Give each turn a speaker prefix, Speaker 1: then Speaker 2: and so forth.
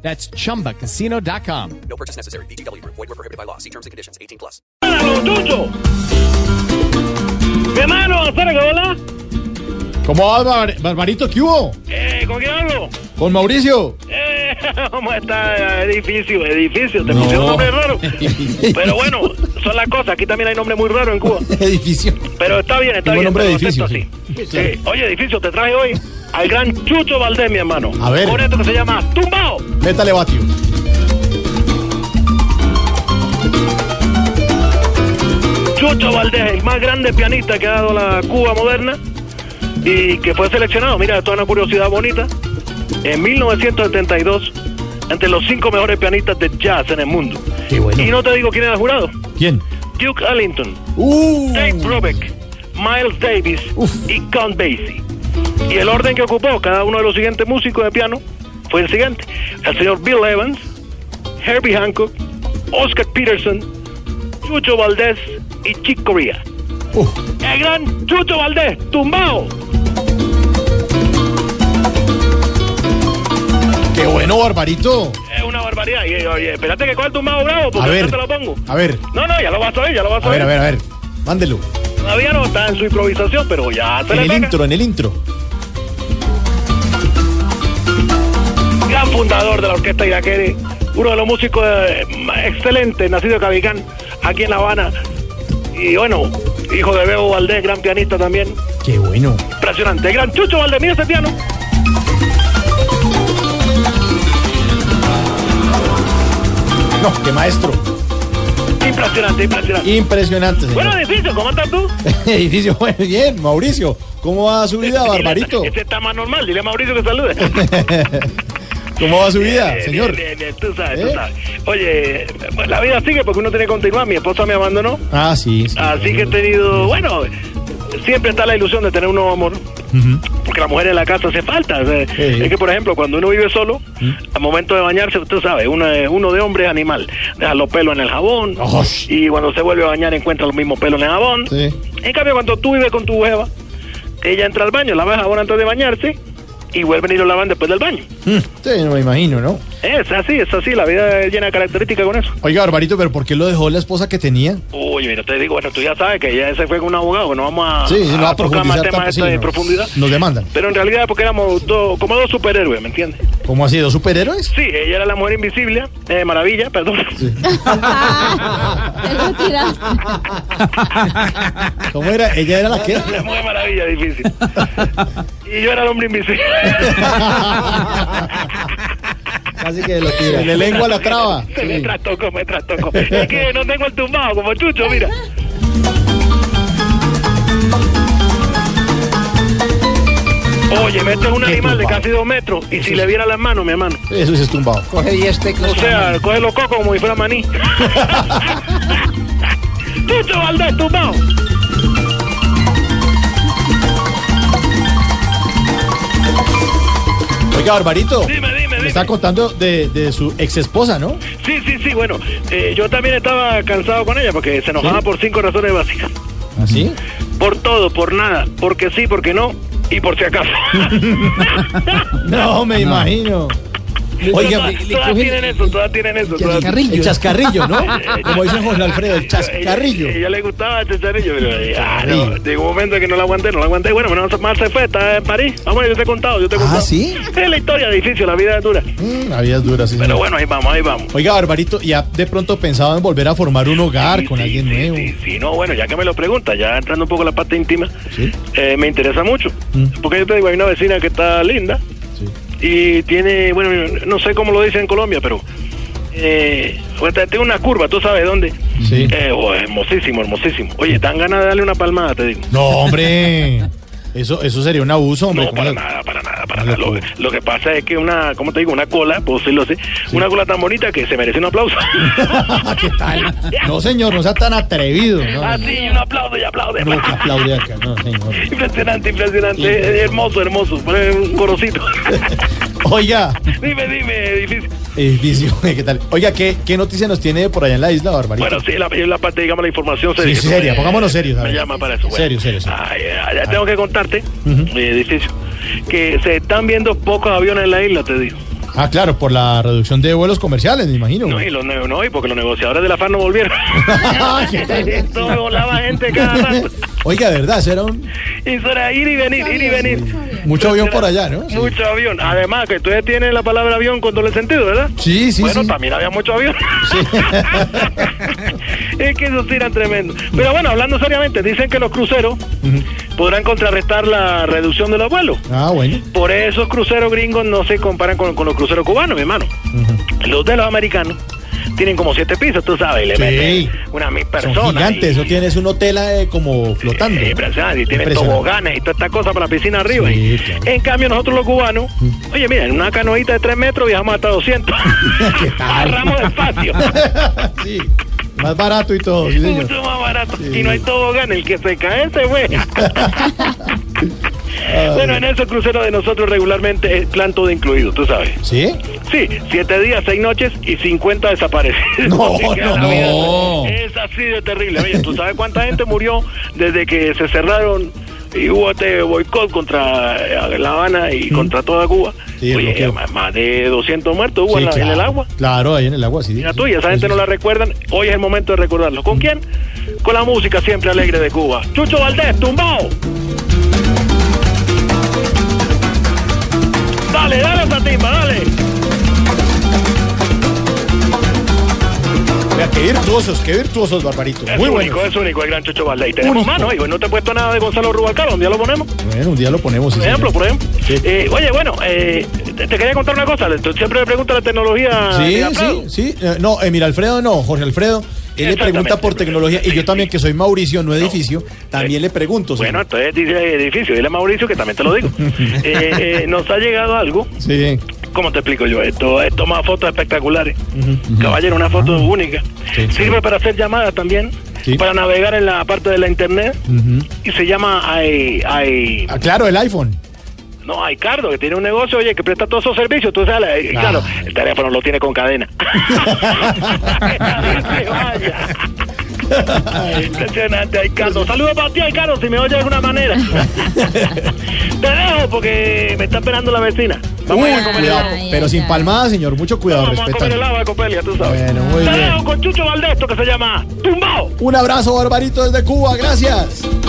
Speaker 1: That's chumbacasino.com.
Speaker 2: No purchase necessary. BGW. Void were prohibited by law. See terms and conditions. 18 plus.
Speaker 3: ¡Hola, Brutucho! ¿Qué mano? ¿Sara que hola?
Speaker 4: ¿Cómo vas, Barbar- Barbarito? ¿Qué hubo?
Speaker 3: Eh, ¿Con quién hablo?
Speaker 4: ¿Con Mauricio?
Speaker 3: Eh, ¿Cómo está? Edificio, edificio. Te
Speaker 4: No.
Speaker 3: pusieron un nombre raro. Pero bueno, son las cosas. Aquí también hay nombres muy raros en Cuba.
Speaker 4: Edificio.
Speaker 3: Pero está bien, está
Speaker 4: Tengo
Speaker 3: bien.
Speaker 4: nombre de
Speaker 3: te lo acepto
Speaker 4: edificio,
Speaker 3: así. Sí. Oye, edificio, te traje hoy al gran Chucho Valdés, mi hermano.
Speaker 4: A ver.
Speaker 3: Con esto que se llama Tumbao.
Speaker 4: Métale, Batio.
Speaker 3: Chucho Valdés, el más grande pianista que ha dado la Cuba moderna y que fue seleccionado, mira, esto es una curiosidad bonita, en 1972 entre los cinco mejores pianistas de jazz en el mundo.
Speaker 4: Qué bueno.
Speaker 3: Y no te digo quién era el jurado.
Speaker 4: ¿Quién?
Speaker 3: Duke Ellington,
Speaker 4: ¡Uh!
Speaker 3: Dave Brubeck, Miles Davis y Count Basie. Y el orden que ocupó cada uno de los siguientes músicos de piano fue el siguiente. El señor Bill Evans, Herbie Hancock, Oscar Peterson, Chucho Valdés y Chick Corea.
Speaker 4: ¡Uh!
Speaker 3: El gran Chucho Valdés, tumbao.
Speaker 4: ¡Qué bueno, Barbarito!
Speaker 3: Es una barbaridad. Y, oye, espérate que cuál tumbao bravo,
Speaker 4: A
Speaker 3: porque
Speaker 4: ver.
Speaker 3: no te lo pongo.
Speaker 4: A ver,
Speaker 3: No, no, ya lo vas a ver, ya lo vas a,
Speaker 4: a ver, a ver, a ver. Mándelo.
Speaker 3: Todavía no está en su improvisación, pero ya se
Speaker 4: En
Speaker 3: le
Speaker 4: el
Speaker 3: pega.
Speaker 4: intro, en el intro.
Speaker 3: Gran fundador de la orquesta iraquere, uno de los músicos eh, ma- excelentes, nacido en Cabicán, aquí en La Habana. Y bueno, hijo de Bebo Valdés, gran pianista también.
Speaker 4: ¡Qué bueno!
Speaker 3: Impresionante. El gran Chucho Valdés, mira ese piano.
Speaker 4: ¡No, qué maestro!
Speaker 3: Impresionante, impresionante.
Speaker 4: Impresionante,
Speaker 3: Bueno,
Speaker 4: señor.
Speaker 3: edificio, ¿cómo estás tú?
Speaker 4: Edificio, bueno, bien. Mauricio, ¿cómo va su vida,
Speaker 3: Dile-
Speaker 4: Barbarito?
Speaker 3: Ese está más normal, dile a Mauricio que salude.
Speaker 4: ¿Cómo va su vida,
Speaker 3: Eh,
Speaker 4: señor?
Speaker 3: bien, bien, bien, tú sabes, tú
Speaker 4: ¿Eh?
Speaker 3: sabes. Oye, la vida sigue porque uno tiene que continuar. Mi esposa me abandonó,
Speaker 4: Ah, sí. sí.
Speaker 3: así que he tenido, bueno, siempre está la ilusión de tener un nuevo amor. Porque la mujer en la casa hace falta. o sea,
Speaker 4: Sí.
Speaker 3: Es que, por ejemplo, cuando uno vive solo, al momento de bañarse, usted sabe, uno, es- uno de hombre es animal. Deja los pelos en el jabón
Speaker 4: Osh.
Speaker 3: y cuando se vuelve a bañar encuentra los mismos pelos en el jabón.
Speaker 4: Oh, Sí.
Speaker 3: En cambio, cuando tú vives con tu jeva, ella entra al baño, lava el jabón antes de bañarse y vuelven y lo lavan después del baño.
Speaker 4: Mm, Sí, no me imagino, ¿no?
Speaker 3: Es así, es así, la vida es llena de características con eso.
Speaker 4: Oiga, Barbarito, ¿pero por qué lo dejó la esposa que tenía?
Speaker 3: Uy, mira, te digo, bueno, tú ya sabes que ya se fue con un abogado, que no vamos a,
Speaker 4: Sí, sí, no va a
Speaker 3: tocar
Speaker 4: profundizar
Speaker 3: más Ah, temas
Speaker 4: tanto,
Speaker 3: de
Speaker 4: sí,
Speaker 3: esta de
Speaker 4: no.
Speaker 3: profundidad.
Speaker 4: Nos demandan.
Speaker 3: Pero en realidad porque éramos dos, como dos superhéroes, ¿me entiendes?
Speaker 4: ¿Cómo ha sido? ¿Superhéroes?
Speaker 3: Sí, ella era la mujer invisible, eh, maravilla, perdón.
Speaker 5: Ah, Te lo tiraste.
Speaker 4: ¿Cómo era? ¿Ella era la que?
Speaker 3: La mujer maravilla, difícil. Y yo era el hombre invisible.
Speaker 4: Casi que lo tira. Le lengua la traba.
Speaker 3: Se me trastocó, me trastocó. Es que no tengo el tumbado como Chucho, mira. Oye, esto es un
Speaker 4: Qué
Speaker 3: animal de
Speaker 4: tumbado.
Speaker 3: casi dos metros. Y si le viera las manos, mi hermano.
Speaker 4: Eso sí es tumbado.
Speaker 3: O sea, coge los cocos como si fuera maní. Chucho Valdés, tumbado.
Speaker 4: Oiga, Barbarito.
Speaker 3: Dime, dime,
Speaker 4: Me
Speaker 3: dime.
Speaker 4: está contando de, de su ex esposa, ¿no?
Speaker 3: Sí, sí, sí, bueno. eh, yo también estaba cansado con ella porque se enojaba
Speaker 4: Sí.
Speaker 3: por cinco razones básicas.
Speaker 4: ¿Así?
Speaker 3: Por todo, por nada, porque sí, porque no y por si acaso.
Speaker 4: No, me imagino. Oiga,
Speaker 3: todas, todas tienen eso, todas tienen eso. Todas...
Speaker 4: el chascarrillo, ¿no? Como dice José Alfredo, el chascarrillo.
Speaker 3: Ella, ella le gustaba el chascarrillo, pero eh, ah,
Speaker 4: Chascarrillo.
Speaker 3: no, llegó un momento que no la aguanté, no la aguanté. Bueno, bueno, más se fue, está en París. Vamos, yo te he contado, yo te he
Speaker 4: Ah,
Speaker 3: contado.
Speaker 4: ¿sí?
Speaker 3: Es la historia difícil, la vida es dura.
Speaker 4: Mm, la vida es dura, sí.
Speaker 3: Pero
Speaker 4: señor.
Speaker 3: bueno, ahí vamos, ahí vamos.
Speaker 4: Oiga, Barbarito, ¿ya de pronto pensaba en volver a formar un hogar con
Speaker 3: Sí,
Speaker 4: alguien
Speaker 3: sí,
Speaker 4: nuevo?
Speaker 3: Sí, sí, no, bueno, ya que me lo pregunta, ya entrando un poco en la parte íntima,
Speaker 4: Sí. Mm.
Speaker 3: eh, me interesa mucho. Porque yo te digo, hay una vecina que está linda
Speaker 4: Sí.
Speaker 3: y tiene, bueno, no sé cómo lo dicen en Colombia, pero eh, o sea, tiene una curva, tú sabes dónde.
Speaker 4: Sí.
Speaker 3: Eh, oh, hermosísimo, hermosísimo. Oye, dan ganas de darle una palmada, te digo.
Speaker 4: No, hombre. Eso, eso sería un abuso, hombre.
Speaker 3: No,
Speaker 4: ¿Cómo
Speaker 3: para
Speaker 4: le-
Speaker 3: nada, para nada, para
Speaker 4: ¿Cómo
Speaker 3: lo, lo que pasa es que una, ¿cómo te digo? Una cola, pues sí lo sé, una cola tan bonita que se merece un aplauso.
Speaker 4: ¿Qué tal? No, señor, no sea tan atrevido. No,
Speaker 3: Ah, sí, un aplauso y aplaude.
Speaker 4: no, que aplaude acá, no, señor.
Speaker 3: Impresionante, impresionante. Hermoso, hermoso. Poner un corocito.
Speaker 4: Oiga,
Speaker 3: dime, dime, difícil.
Speaker 4: edificio, ¿qué tal? Oiga, ¿qué, qué noticia nos tiene por allá en la isla, Barbarita?
Speaker 3: Bueno, sí, la, la parte, digamos, la información
Speaker 4: Sí,
Speaker 3: seria.
Speaker 4: sí, seria, pongámonos serios, a
Speaker 3: Me
Speaker 4: ver.
Speaker 3: llama para eso. bueno. Ah.
Speaker 4: Serio, serio, serio.
Speaker 3: Ay, ay, ya tengo que contarte,
Speaker 4: Ujú.
Speaker 3: eh, difícil, que se están viendo pocos aviones en la isla, te digo.
Speaker 4: Ah, claro, por la reducción de vuelos comerciales, me imagino.
Speaker 3: No, y
Speaker 4: güey.
Speaker 3: los ne- no, y porque los negociadores de la FAN no volvieron.
Speaker 4: ¿Qué tal?
Speaker 3: Esto me volaba gente cada rato.
Speaker 4: Oiga, de verdad, será un,
Speaker 3: Y eso era ir y venir, ir y venir.
Speaker 4: mucho avión por allá, ¿no? Sí.
Speaker 3: Mucho avión. Además, que ustedes tienen la palabra avión con doble sentido, ¿verdad?
Speaker 4: Sí, sí,
Speaker 3: bueno,
Speaker 4: sí.
Speaker 3: también había mucho avión. es que esos tiran tremendo. Pero bueno, hablando seriamente, dicen que los cruceros podrán contrarrestar la reducción de los vuelos.
Speaker 4: Ah, bueno.
Speaker 3: Por eso los cruceros gringos no se comparan con, con los cruceros cubanos, mi hermano. Los de los americanos tienen como siete pisos, tú sabes, y le
Speaker 4: Sí.
Speaker 3: meten una mil
Speaker 4: Son
Speaker 3: personas.
Speaker 4: gigantes, eso tienes un hotel eh, como flotando.
Speaker 3: Sí, impresionante, y tienen toboganes y toda esta cosa para la piscina arriba.
Speaker 4: Sí,
Speaker 3: Y-
Speaker 4: claro.
Speaker 3: En cambio, nosotros los cubanos, oye, mira, en una canoita de 3 metros viajamos hasta 200.
Speaker 4: ¿Qué tal?
Speaker 3: Agarramos espacio.
Speaker 4: sí, más barato y todo, sí, señor.
Speaker 3: Mucho más barato. Y no hay tobogán, el que se cae se fue. bueno, en esos cruceros de nosotros regularmente es plan todo incluido, tú sabes.
Speaker 4: ¿Sí?
Speaker 3: Sí, siete días, seis noches y 50 desaparecidos.
Speaker 4: No,
Speaker 3: Así que
Speaker 4: no,
Speaker 3: la vida
Speaker 4: no.
Speaker 3: Es así de terrible. Oye, ¿tú sabes cuánta gente murió desde que se cerraron y hubo este boicot contra eh, La Habana y contra toda Cuba?
Speaker 4: Sí, el
Speaker 3: Oye,
Speaker 4: bloqueo.
Speaker 3: más- más de 200 muertos hubo
Speaker 4: Sí,
Speaker 3: en, la- en
Speaker 4: claro.
Speaker 3: el agua.
Speaker 4: Claro, ahí en el agua, sí.
Speaker 3: Mira
Speaker 4: sí,
Speaker 3: tú, y esa
Speaker 4: sí,
Speaker 3: gente
Speaker 4: sí,
Speaker 3: no
Speaker 4: sí.
Speaker 3: la recuerdan. Hoy es el momento de recordarlo. ¿Con quién? Con la música siempre alegre de Cuba. Chucho Valdés, tumbao. Dale, dale esa timba, dale.
Speaker 4: Vea, qué virtuosos, qué virtuosos, Barbarito.
Speaker 3: Es
Speaker 4: Muy
Speaker 3: único,
Speaker 4: bueno.
Speaker 3: es único el gran Chucho Valdés. Y tenemos
Speaker 4: Único.
Speaker 3: mano, hijo. No te he puesto nada de Gonzalo Rubalcaba. Un día lo ponemos.
Speaker 4: Bueno, un día lo ponemos. sí,
Speaker 3: Por ejemplo, por
Speaker 4: señor.
Speaker 3: ejemplo.
Speaker 4: Sí.
Speaker 3: Eh, oye, bueno, eh, te, te quería contar una cosa. Tú siempre le pregunto la tecnología.
Speaker 4: Sí,
Speaker 3: Liga Prado.
Speaker 4: sí, sí. Eh, No, eh, mira, Alfredo no, Jorge Alfredo. Él le
Speaker 3: Exactamente.
Speaker 4: pregunta por tecnología y yo también, que soy Mauricio, no edificio, también le pregunto. señor.
Speaker 3: Bueno, entonces dice edificio. Dile a Mauricio que también te lo digo. Eh, eh, nos ha llegado algo.
Speaker 4: Sí,
Speaker 3: ¿Cómo te explico yo esto? Esto más fotos espectaculares. Caballero, una foto única.
Speaker 4: Ah. Sí, sí.
Speaker 3: Sirve para hacer llamadas también,
Speaker 4: Sí.
Speaker 3: para navegar en la parte de la internet. Y se llama Ai- Ai-
Speaker 4: Ah, claro, el iPhone.
Speaker 3: No, hay Cardo, que tiene un negocio, oye, que presta todos esos servicios. Tú sabes, eh,
Speaker 4: Ah.
Speaker 3: claro, el teléfono lo tiene con cadena. Se vaya. Impresionante, Aicardo. Saludos para ti, Aicardo, si me oyes de alguna manera. Te dejo porque me está esperando la vecina. Vamos
Speaker 4: Uy,
Speaker 3: a ir a comer
Speaker 4: cuidado,
Speaker 3: helado.
Speaker 4: pero sin palmadas, señor, mucho cuidado,
Speaker 3: Vamos a comer
Speaker 4: respeta.
Speaker 3: helado de Copelia, tú sabes.
Speaker 4: Bueno, muy
Speaker 3: Te
Speaker 4: bien.
Speaker 3: dejo con Chucho Valdés, esto que se llama Tumbao.
Speaker 4: Un abrazo, Barbarito, desde Cuba, gracias.